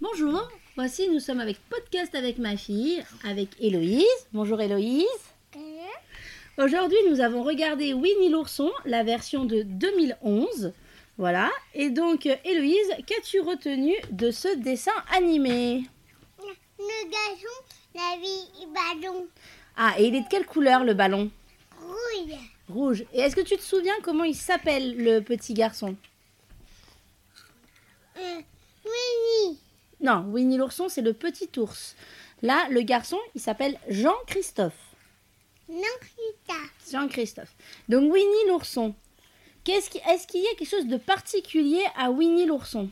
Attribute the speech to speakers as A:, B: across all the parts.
A: Bonjour, voici nous sommes avec Podcast avec ma fille, avec Héloïse. Bonjour Héloïse.
B: Euh,
A: Aujourd'hui nous avons regardé Winnie l'ourson, la version de 2011. Voilà, et donc euh, Héloïse, qu'as-tu retenu de ce dessin animé
B: Le gazon, la vie, ballon,
A: Ah, et il est de quelle couleur le ballon
B: rouille,
A: Rouge. Et est-ce que tu te souviens comment il s'appelle le petit garçon
B: euh, Winnie,
A: Non, Winnie l'ourson c'est le petit ours. Là, le garçon, il s'appelle Jean-Christophe.
B: Nanita,
A: Jean-Christophe. Donc Winnie l'ourson. Qu'est-ce qui, est-ce qu'il y a quelque chose de particulier à Winnie l'ourson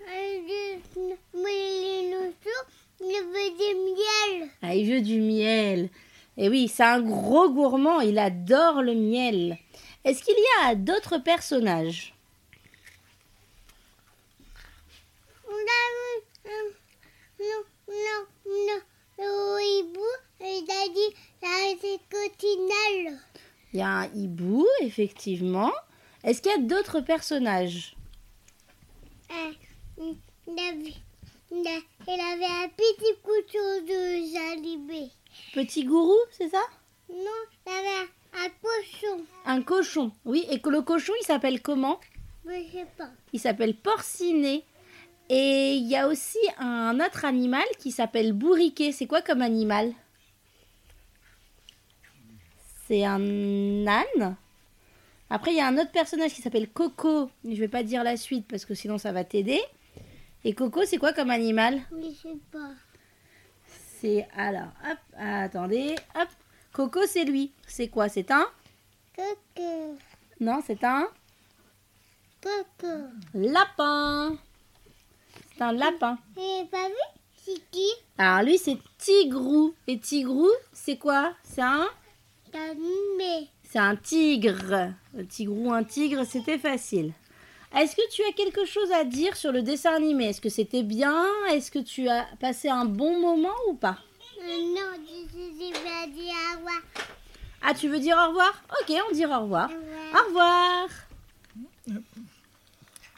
B: le Winnie l'oiseau, le petit miel,
A: Ah, il veut du miel. Et oui, c'est un gros gourmand, il adore le miel. Est-ce qu'il y a d'autres personnages
B: la euh, non, non, non, le hibou, il a dit la cotinale,
A: Il y a un hibou, effectivement. Est-ce qu'il y a d'autres personnages
B: euh, il avait- il a- il avait un petit couteau de jalibé.
A: Petit gourou, c'est ça
B: Non, il avait un, un cochon,
A: Un cochon, oui. Et que le cochon, il s'appelle comment
B: mais je sais pas.
A: Il s'appelle porciné. Et il y a aussi un autre animal qui s'appelle bourriquet. C'est quoi comme animal C'est un âne. Après, il y a un autre personnage qui s'appelle Coco. Je vais pas dire la suite parce que sinon ça va t'aider. Et Coco, c'est quoi comme animal
B: Je sais pas.
A: C'est alors, hop, attendez, hop. Coco, c'est lui. C'est quoi C'est un
B: Coco,
A: Non, c'est un
B: coco.
A: lapin. C'est un lapin.
B: Et pas vu C'est qui
A: Alors lui, c'est Tigrou. Et Tigrou, c'est quoi C'est un
B: T'as nommé.
A: C'est un tigre. Le Tigrou, un tigre, c'était facile. Est-ce que tu as quelque chose à dire sur le dessin animé Est-ce que c'était bien Est-ce que tu as passé un bon moment ou pas
B: Euh, non, je suis pas dit à moi.
A: Ah, tu veux dire au revoir Ok, on dit au revoir.
B: Au
A: Au
B: revoir.
A: revoir